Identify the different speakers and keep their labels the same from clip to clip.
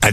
Speaker 1: À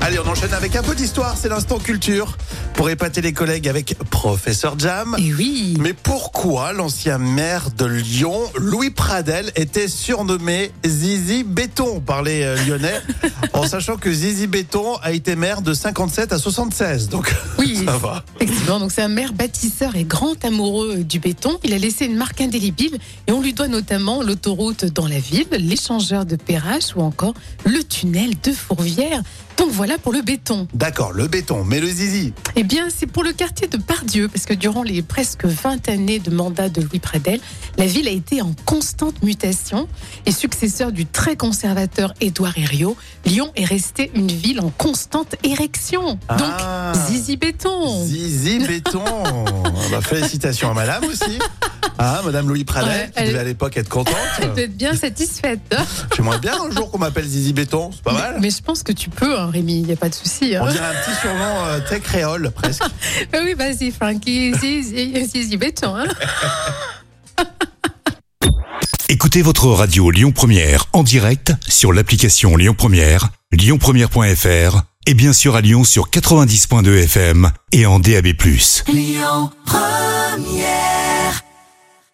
Speaker 2: Allez, on enchaîne avec un peu d'histoire, c'est l'instant culture pour épater les collègues avec professeur Jam.
Speaker 3: Et Eh oui.
Speaker 2: Mais pourquoi l'ancien maire de Lyon, Louis Pradel, était surnommé Zizi Béton par les euh, Lyonnais, en sachant que Zizi Béton a été maire de 57 à 76. Donc
Speaker 3: Oui,
Speaker 2: ça va.
Speaker 3: effectivement. Donc c'est un maire bâtisseur et grand amoureux du béton. Il a laissé une marque indélébile et on lui doit notamment l'autoroute dans la ville, l'échangeur de Perrache ou encore le tunnel de Fourvière. Donc voilà pour le béton.
Speaker 2: D'accord, le béton, mais le Zizi.
Speaker 3: Eh bien, c'est pour le quartier de Pardieu, parce que durant les presque 20 années de mandat de Louis Pradel, la ville a été en constante mutation. Et successeur du très conservateur Édouard Herriot, Lyon est restée une ville en constante érection. Donc,
Speaker 2: Ah.
Speaker 3: Zizi Béton.
Speaker 2: Zizi Béton. Ah bah, félicitations à madame aussi. Ah, madame Louis Pradel,
Speaker 3: Ouais,
Speaker 2: qui
Speaker 3: elle-
Speaker 2: devait à l'époque être contente.
Speaker 3: Elle doit être bien satisfaite. hein
Speaker 2: J'aimerais bien un jour qu'on m'appelle Zizi Béton, c'est pas mal.
Speaker 3: Mais je pense que tu peux, hein, Rémi, il n'y a pas de souci. hein.
Speaker 2: On dirait un petit surnom euh, très créole presque.
Speaker 3: Ah oui, vas-y, Francky, si, si, si, si, béton. hein.
Speaker 1: Écoutez votre radio Lyon Première en direct sur l'application Lyon Première, lyonpremière.fr et bien sûr à Lyon sur 90.2 FM et en DAB+.
Speaker 4: Lyon Première